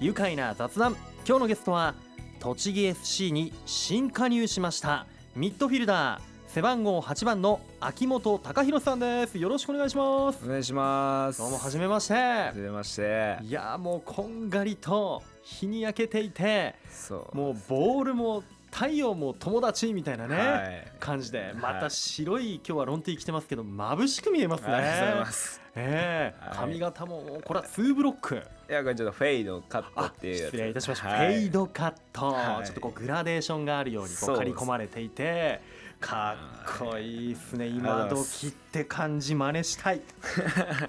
愉快な雑談今日のゲストは栃木 FC に新加入しましたミッドフィルダー背番号8番の秋元隆弘さんですよろしくお願いしますお願いしますどうもははじめましてじめましていやーもうこんがりと日に焼けていてそうもうボールも太陽も友達みたいなね、はい感じでいまた白い今日はロンティー着てますけど眩しく見えますね。ありがとうございますええはい髪型もこれはツーブロック。いやこれちょっとフェイドカットあっていうやつ失礼いたしました、はいフェードカット、はいちょっとこうグラデーションがあるようにこそうう刈り込まれていてかっこいいですね今時って感じ真似した い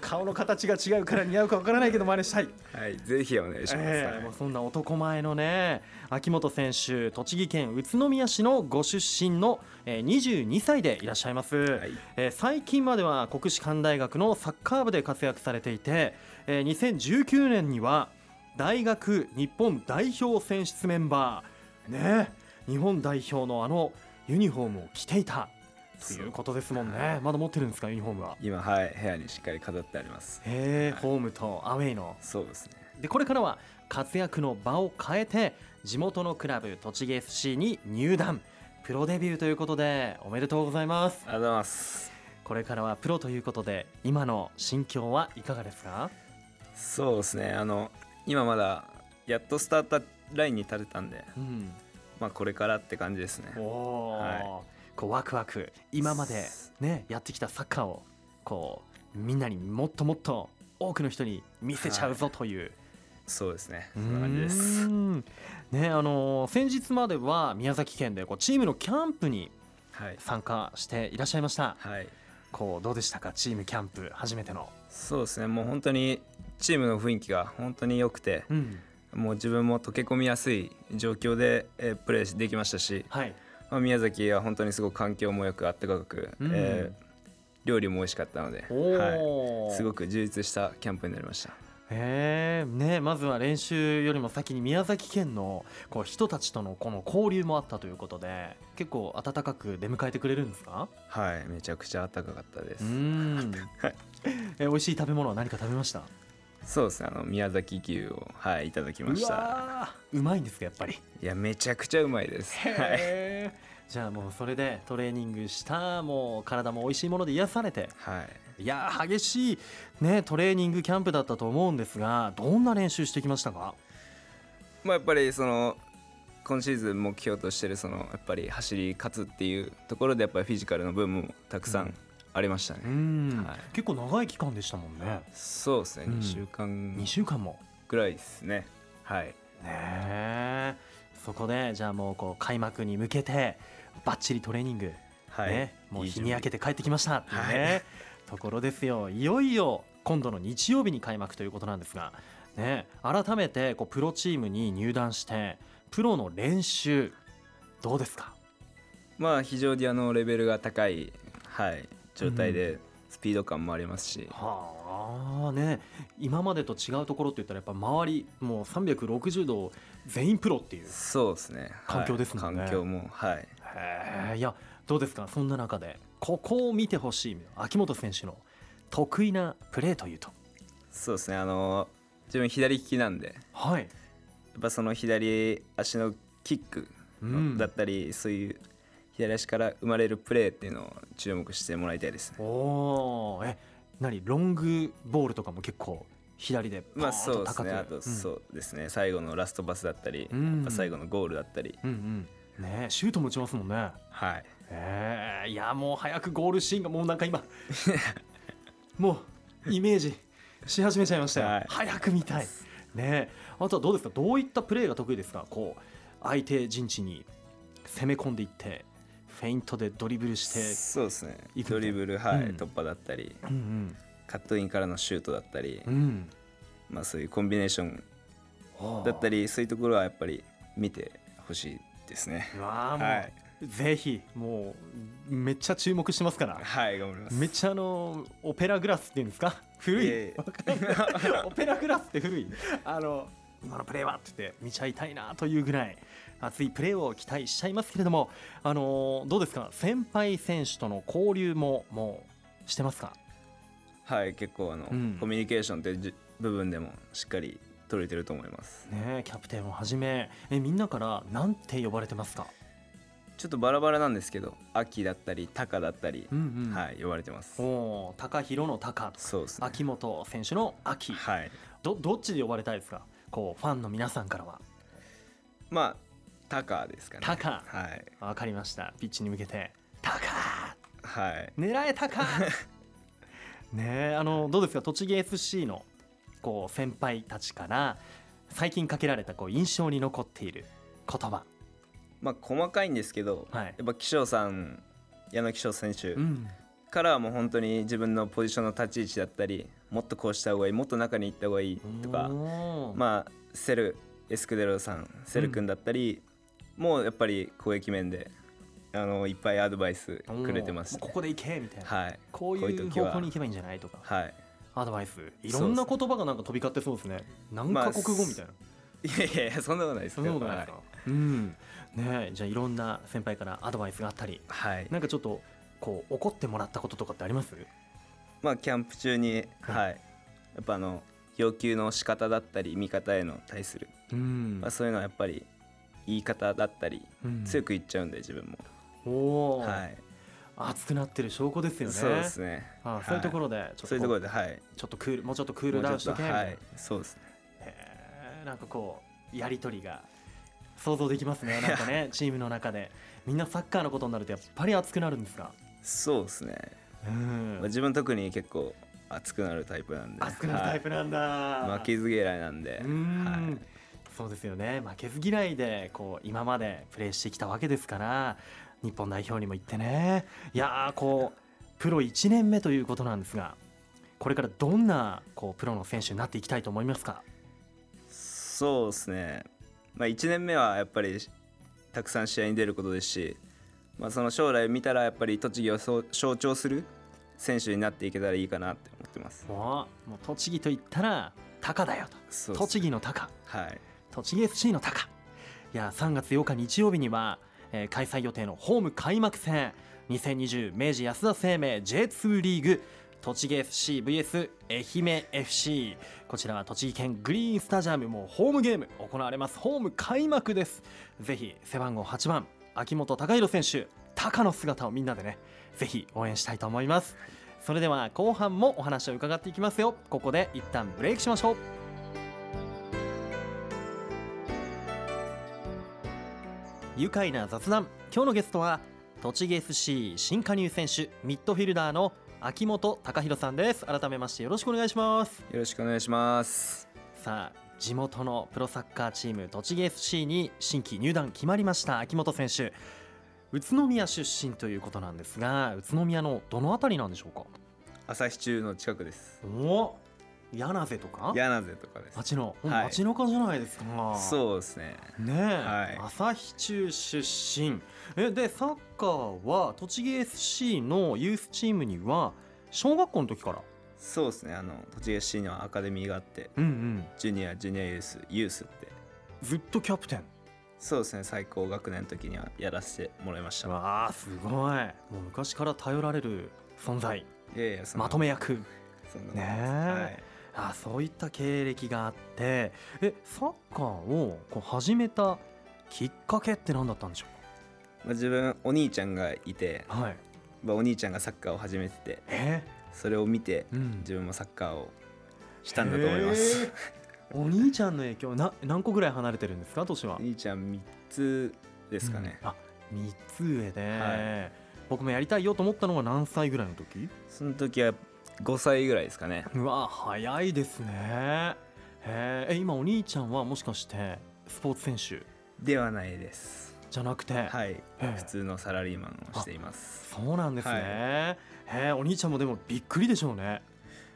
顔の形が違うから似合うかわからないけど真似したいはいぜひお願いします、ええもうそんな男前のね秋元選手栃木県宇都宮市のご出身の、えー、22歳でいらっしゃいます、はいえー最近までは国士舘大学のサッカー部で活躍されていて、えー2019年には大学日本代表選出メンバーねえ日本代表のあのユニフォームを着ていたということですもんねまだ持ってるんですかユニフォームは今はい部屋にしっかり飾ってありますへえホームとアウェイのそうですねでこれからは活躍の場を変えて地元のクラブ栃木 FC に入団プロデビューということでおめでとうございますありがとうございますこれからはプロということで今の心境はいかがですかそうですねあの今まだやっとスタートラインに立てたんでうんまあこれからって感じですねおお、はこうワクワク今までねやってきたサッカーをこうみんなにもっともっと多くの人に見せちゃうぞという、そうですねうそーんな感じですんねあのー先日までは宮崎県でこうチームのキャンプにはい参加していらっしゃいましたはいこうどうでしたかチームキャンプ初めての、そうですねもう本当にチームの雰囲気が本当に良くてうん、もう自分も溶け込みやすい状況で、えープレーできましたし、はいまあ、宮崎は本当にすごく環境もよくあったかく、うんえー料理も美味しかったので、はおお、い、すごくく充実したキャンプになりましたえーねまずは練習よりも先に宮崎県のこう人たちとのこの交流もあったということで結構温かく出迎えてくれるんですかはいめちゃくちゃ暖かかったでうす、ーんはい え美味しい食べ物は何か食べましたそうですねあの宮崎牛を、はい、いただきましうたわーうまいんですかやっぱりいやめちゃくちゃうまいですはい、へーじゃあもうそれでトレーニングしたもう体も美味しいもので癒されてはい、いやー激しい、ね、トレーニングキャンプだったと思うんですがどんな練習してきましたかまあ、やっぱりその今シーズン目標としてるそのやっぱり走り勝つっていうところでやっぱりフィジカルの部分もたくさんありましたね、うん、はい結構長い期間でしたもんねそうですね、うん2週間2週間もぐらいですねはいねえそこでじゃあもうこう開幕に向けてバッチリトレーニング、はい、ね、もう日に焼けて帰ってきましたっていうね、はいところですよいよいよ今度の日曜日に開幕ということなんですが、ね、改めてこうプロチームに入団してプロの練習どうですかまあ非常にあのレベルが高い、はい、状態でスピード感もありますし、はあね今までと違うところって言ったらやっぱ周りもう360度全員プロっていうそうですねはい環境ですもんね環境もはいへえいやどうですかそんな中でここを見てほしい秋元選手の得意なプレーというとそうですねあの自分左利きなんでやはい、っぱその左足のキックうんだったり、そういう左足から生まれるプレーっていうのを注目してもらいたいですねおおーえ何ロングボールとかも結構左でポーまあンそとうです高く、ねあとそうですね、最後のラストパスだったり、うんやっぱ最後のゴールだったりうん、うんうんねシュートも打ちますもんねはいえー、いやもう早くゴールシーンがもうなんか 今もうイメージし始めちゃいましたよ、はい早く見たいねえあとはどうですかどういったプレーが得意ですかこう相手陣地に攻め込んでいってフェイントでドリブルして、そうですねいくみたいドリブル、はいうん突破だったりうんカットインからのシュートだったり、うんうん、まあ、そういうコンビネーションだったりりそういうところはやっぱり見てほしいですね わあもう、はいぜひもうめっちゃ注目してますからはい頑張りますめっちゃあのオペラグラスっていうんですか古いいえいえわかん ないオペラグラスって古いあの今のプレーはって言って見ちゃいたいなというぐらい熱いプレーを期待しちゃいますけれどもあのどうですか先輩選手との交流ももうしてますかはい結構あの、うんコミュニケーションというじ部分でもしっかり取れてると思いますねキャプテンをはじめえみんなからなんて呼ばれてますか、ちょっとバラバラなんですけど秋だったりタカだったり、うんうんはい呼ばれてますおお高弘の高そうですね秋元選手の秋、はいどどっちで呼ばれたいですかこうファンの皆さんからはまあタカですかねタカはいわかりましたピッチに向けて「タカはい狙えタ カ! 」ねえあのどうですか栃木 SC のこう先輩たちから最近かけられたこう印象に残っている言葉まあ細かいんですけど、はいやっぱ気象さん矢野気象選手うんからはもう本当に自分のポジションの立ち位置だったりもっとこうした方がいいもっと中に行った方がいいとかおーまあセルエスクデロさんセル君だったり、もうやっぱり攻撃面であのいっぱいアドバイスくれてます、おーもうここで行けみたいな、はいこうこういいうう時方は向に行けばいいんじゃないとかはいアドバイスいろんな言葉がなんか飛び交ってそうですね何まあカ国語みたいな、いやいやいやそんなことないですそんなことないですはか、うんねえじゃあいろんな先輩からアドバイスがあったりい、はいなんかちょっとこう怒ってもらったこととかってありますまあキャンプ中に、ははい、やっぱあの要求の仕方だったり味方への対する、うんまあ、そういうのはやっぱり言い方だったりうん強く言っちゃうんで自分も、おお、はい熱くなってる証拠ですよねそうですねあはそういうところでちょっとそういうところではいちょっとクールもうちょっとクールダウンしとけみたいなはいそうですねへーなんかこうやり取りが想像できますねなんかねチームの中でみんなサッカーのことになるとやっぱり熱くなるんですかそうですね、うまあ、ん自分特に結構熱くなるタイプなんで熱くなるタイプなんだ、はい負けず嫌いなんでうーん、はいそうですよね負けず嫌いでこう今までプレーしてきたわけですから日本代表にも行ってねいやーこうプロ1年目ということなんですがこれからどんなこうプロの選手になっていきたいと思いますかそうですね、まあ、1年目はやっぱりたくさん試合に出ることですし、まあ、その将来見たらやっぱり栃木をそう象徴する選手になっていけたらいいかなって思ってます。もうもう栃木といったら高だよそとうです栃木の高はい、栃木 FC の高いや3月8日日曜日には、えー開催予定のホーム開幕戦2020明治安田生命 J2 リーグ栃木 FCVS 愛媛 FC こちらは栃木県グリーンスタジアムもうホームゲーム行われますホーム開幕ですぜひ背番号8番秋元貴弘選手高の姿をみんなでねぜひ応援したいと思いますそれでは後半もお話を伺っていきますよここで一旦ブレイクしましょう愉快な雑談今日のゲストは栃木 FC 新加入選手ミッドフィルダーの秋元貴弘さんです改めましてよろしくお願いしますよろしくお願いします。さあ地元のプロサッカーチーム栃木 FC に新規入団決まりました秋元選手宇都宮出身ということなんですが宇都宮のどのあたりなんでしょうか朝日中の近くです。お柳瀬とか柳瀬とかです。町の、はい町中じゃないですかそうですね。ねえ、はい朝日中出身えでサッカーは栃木 SC のユースチームには小学校の時からそうですね。あの栃木 FC にはアカデミーがあって、うんうんジュニア、ジュニアユース、ユースって、ずっとキャプテンそうですね。最高学年の時にはやらせてもらいました。わあすごいもう昔から頼られる存在いやいや、そんなまとめ役そんなねえはい。あそういった経歴があってえサッカーをこう始めたきっかけって何だったんでしょまあ、自分お兄ちゃんがいてう、かはいまあ、お兄ちゃんがサッカーを始めててえそれを見てうん自分もサッカーをしたんだと思いまへす、えお兄ちゃんの影響な何個ぐらい離れてるんですか年はお兄ちゃん3つですかね、うんあ3つ上で、は僕もやりたいよと思ったのは何歳ぐらいの時その時は5歳ぐらいですかねうわ早いですねへーえ今お兄ちゃんはもしかしてスポーツ選手ではないですじゃなくて、はいええ普通のサラリーマンをしていますそうなんですね、はいへえお兄ちゃんもでもびっくりでしょうね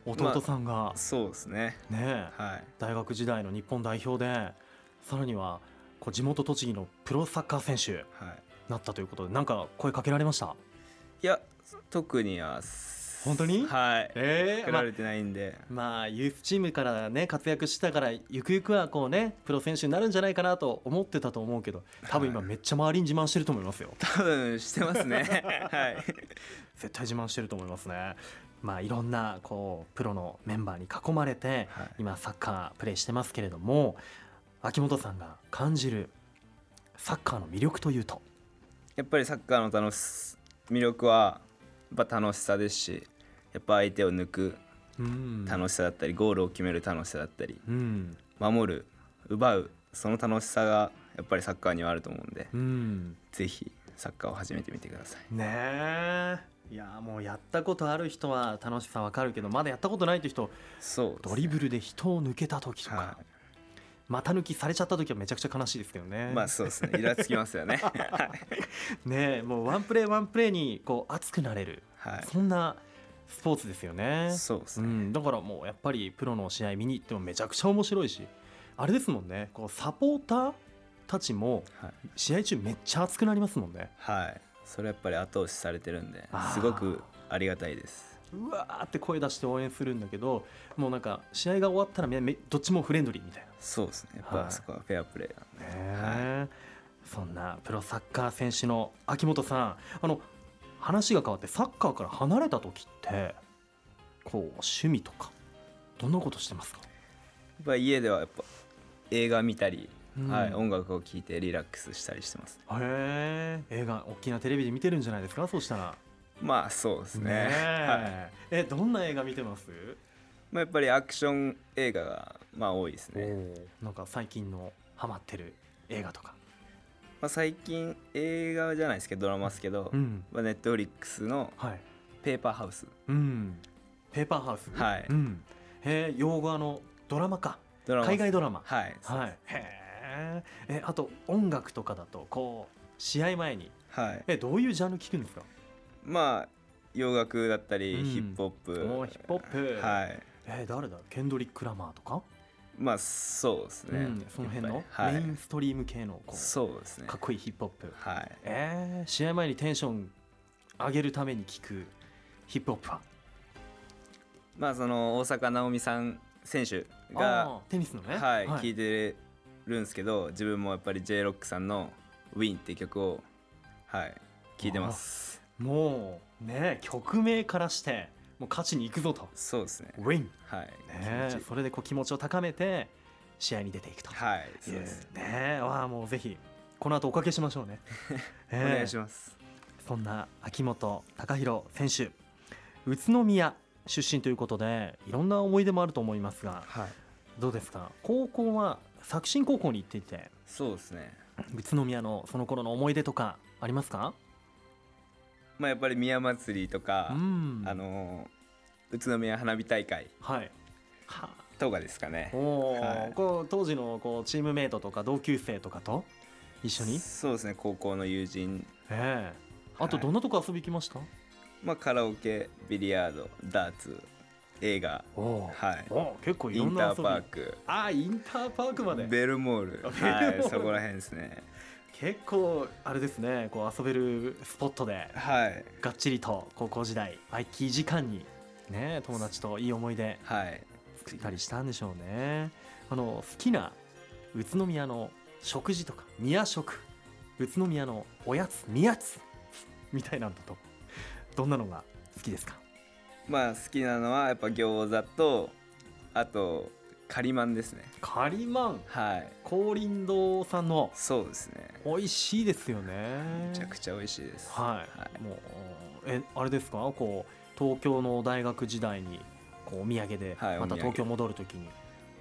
弟さんが、そうですねねえはい大学時代の日本代表でさらにはこう地元栃木のプロサッカー選手にはいなったということでなんか声かけられましたいや特には本当にはいえ作られてないんで、まあユースチームからね活躍したからゆくゆくはこうねプロ選手になるんじゃないかなと思ってたと思うけど多分今めっちゃ周りに自慢してると思いますよ 多分してますねはい絶対自慢してると思いますねまあ、いろんなこうプロのメンバーに囲まれてはい今サッカープレーしてますけれども秋元さんが感じるサッカーの魅力というとやっぱりサッカーの楽しす魅力はやっぱ楽しさですしやっぱ相手を抜くうん楽しさだったり、ゴールを決める楽しさだったりうん守る奪うその楽しさがやっぱりサッカーにはあると思うんで、うんぜひサッカーを始めてみてくださいねえいやもうやったことある人は楽しさわかるけどまだやったことないという人そうですねドリブルで人を抜けた時とか、は股抜きされちゃった時はめちゃくちゃ悲しいですけどねい、まあそうですねイラつきますよね ねえもうワンプレーワンプレーにこう熱くなれる、はいそんなスポーツですよねそうですうね、ん、だからもうやっぱりプロの試合見に行ってもめちゃくちゃ面白いしあれですもんねこうサポーターたちもはい試合中めっちゃ熱くなりますもんねはい、それやっぱり後押しされてるんであーすごくありがたいですうわーって声出して応援するんだけどもうなんか試合が終わったらめめどっちもフレンドリーみたいそうですねやっはぱいそこはフェアプレーなんでな、ねえそんなプロサッカー選手の秋元さんあの話が変わってサッカーから離れた時ってこう趣味とかどんなことしてますか、やっぱ家ではやっぱ映画見たり、うんはい、へ音楽を聴いてリラックスしたりしてますえ映画大きなテレビで見てるんじゃないですかそうしたら。まあそうですねねはいえ、えどんな映画見てます、まあ、やっぱりアクション映画がまあ多いですね、なんか最近のハマってる映画とか、まあ、最近映画じゃないですけどドラマですけど、うんまあ、ネットフリックスのはいペーパーハウスうん、ペーパーハウス、はいうん、へえ用語あのドラマかドラマ海外ドラマはい、はいへええあと音楽とかだとこう試合前にはい、えどういうジャンル聞くんですかまあ洋楽だったり、うんヒップホップおーヒップホップはいえ誰だケンドリック・ラマーとか、まあそうですね、うん、その辺やのっぱりメはイいンストリーム系のこうそうですねかっこいいヒップホップはいえー、試合前にテンション上げるために聞くヒップホップはまあその大坂なおみさん選手あがーテニスのねはい、聞いてるんですけど自分もやっぱり j ロックさんの「Win」っていう曲をはい聞いてますもうね曲名からしてもう勝ちに行くぞとそうですねウィン、はい、ね気え持ちいいそれでこう気持ちを高めて試合に出ていくと、はいいそううです、ねえわあもうぜひこの後おかけしましょう ね、えおえ願いしますそんな秋元貴弘選手宇都宮出身ということでいろんな思い出もあると思いますがはいどうですか高校は作新高校に行っていてそうですね宇都宮のその頃の思い出とかありますか？まあやっぱり宮祭りとか、うん、あのー宇都宮花火大会はい。はとかですかねおお、はいこう当時のこうチームメイトとか同級生とかと一緒に。そうですね高校の友人ええあとはいどんなとこ遊び行きました？まあカラオケビリヤードダーツ映画おおはいおお結構いイろんンなタ遊ーび。パークあインターパークまで。ベルモールあベルモーはルいそこら辺ですね結構あれですね、こう遊べるスポットではいがっちりと高校時代空き時間にね友達といい思い出はい作ったりしたんでしょうねあの好きな宇都宮の食事とか宮食宇都宮のおやつ宮つみたいなんだとどんなのが好きですかまあ好きなのはやっぱ餃子とあとカリマンですねカリマンはい高林堂さんのそうですね美味しいですよねめちゃくちゃ美味しいですはい、はもうえあれですかこう東京の大学時代にこうお土産ではいまたお土産東京戻るときに、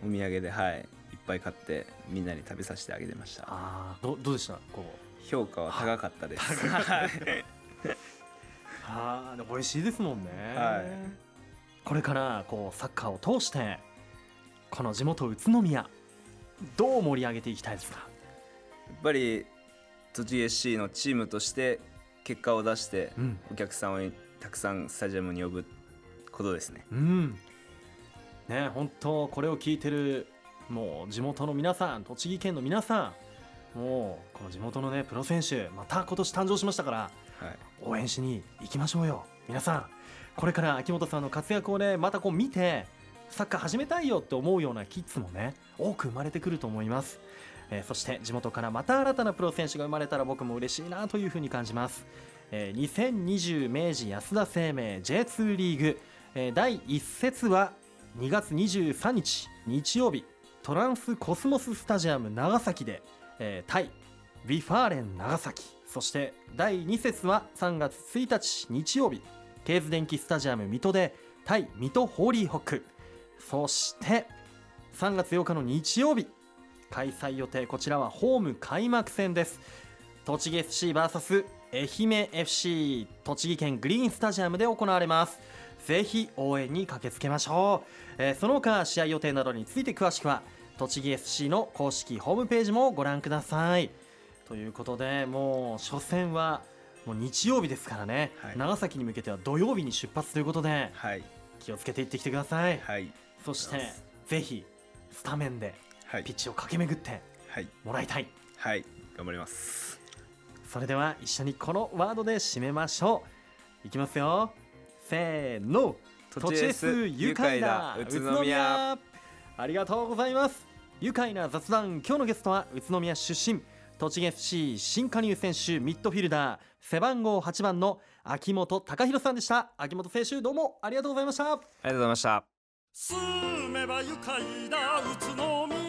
お土産ではいいっぱい買ってみんなに食べさせてあげてましたああどどうでしたこう評価は高かったですはいあーでも美味しいですもんね、はいこれからこうサッカーを通してこの地元宇都宮どう盛り上げていきたいですかやっぱり栃木 SC のチームとして結果を出してうん、お客さんをたくさんスタジアムに呼ぶことですねうん、ね本当これを聞いてるもう地元の皆さん栃木県の皆さんもうこの地元のねプロ選手また今年誕生しましたからはい応援しに行きましょうよ皆さんこれから秋元さんの活躍をねまたこう見てサッカー始めたいよって思うようなキッズもね多く生まれてくると思います、えーそして地元からまた新たなプロ選手が生まれたら僕も嬉しいなというふうに感じます、えー2020明治安田生命 J2 リーグえー第1節は2月23日日曜日トランスコスモススタジアム長崎で、えー対ビファーレン長崎そして第2節は3月1日日曜日ケーズ電機スタジアム水戸で対水戸ホーリーホックそして3月8日の日曜日開催予定こちらはホーム開幕戦です栃木 FCVS 愛媛 FC 栃木県グリーンスタジアムで行われますぜひ応援に駆けつけましょう、えーその他試合予定などについて詳しくは栃木 FC の公式ホームページもご覧くださいということでもう初戦はもう日曜日ですからね、はい長崎に向けては土曜日に出発ということではい気をつけていってきてください、はいそしありてがとうございますぜひスタメンではいピッチを駆け巡ってはいもらいたいはい頑張りますそれでは一緒にこのワードで締めましょういきますよせーの土地 S 愉快だ宇都宮ありがとうございます愉快な雑談今日のゲストは宇都宮出身栃木 FC 新加入選手ミッドフィルダー背番号8番の秋元隆弘さんでした秋元選手どうもありがとうございましたありがとうございました住めば愉快だ宇都宮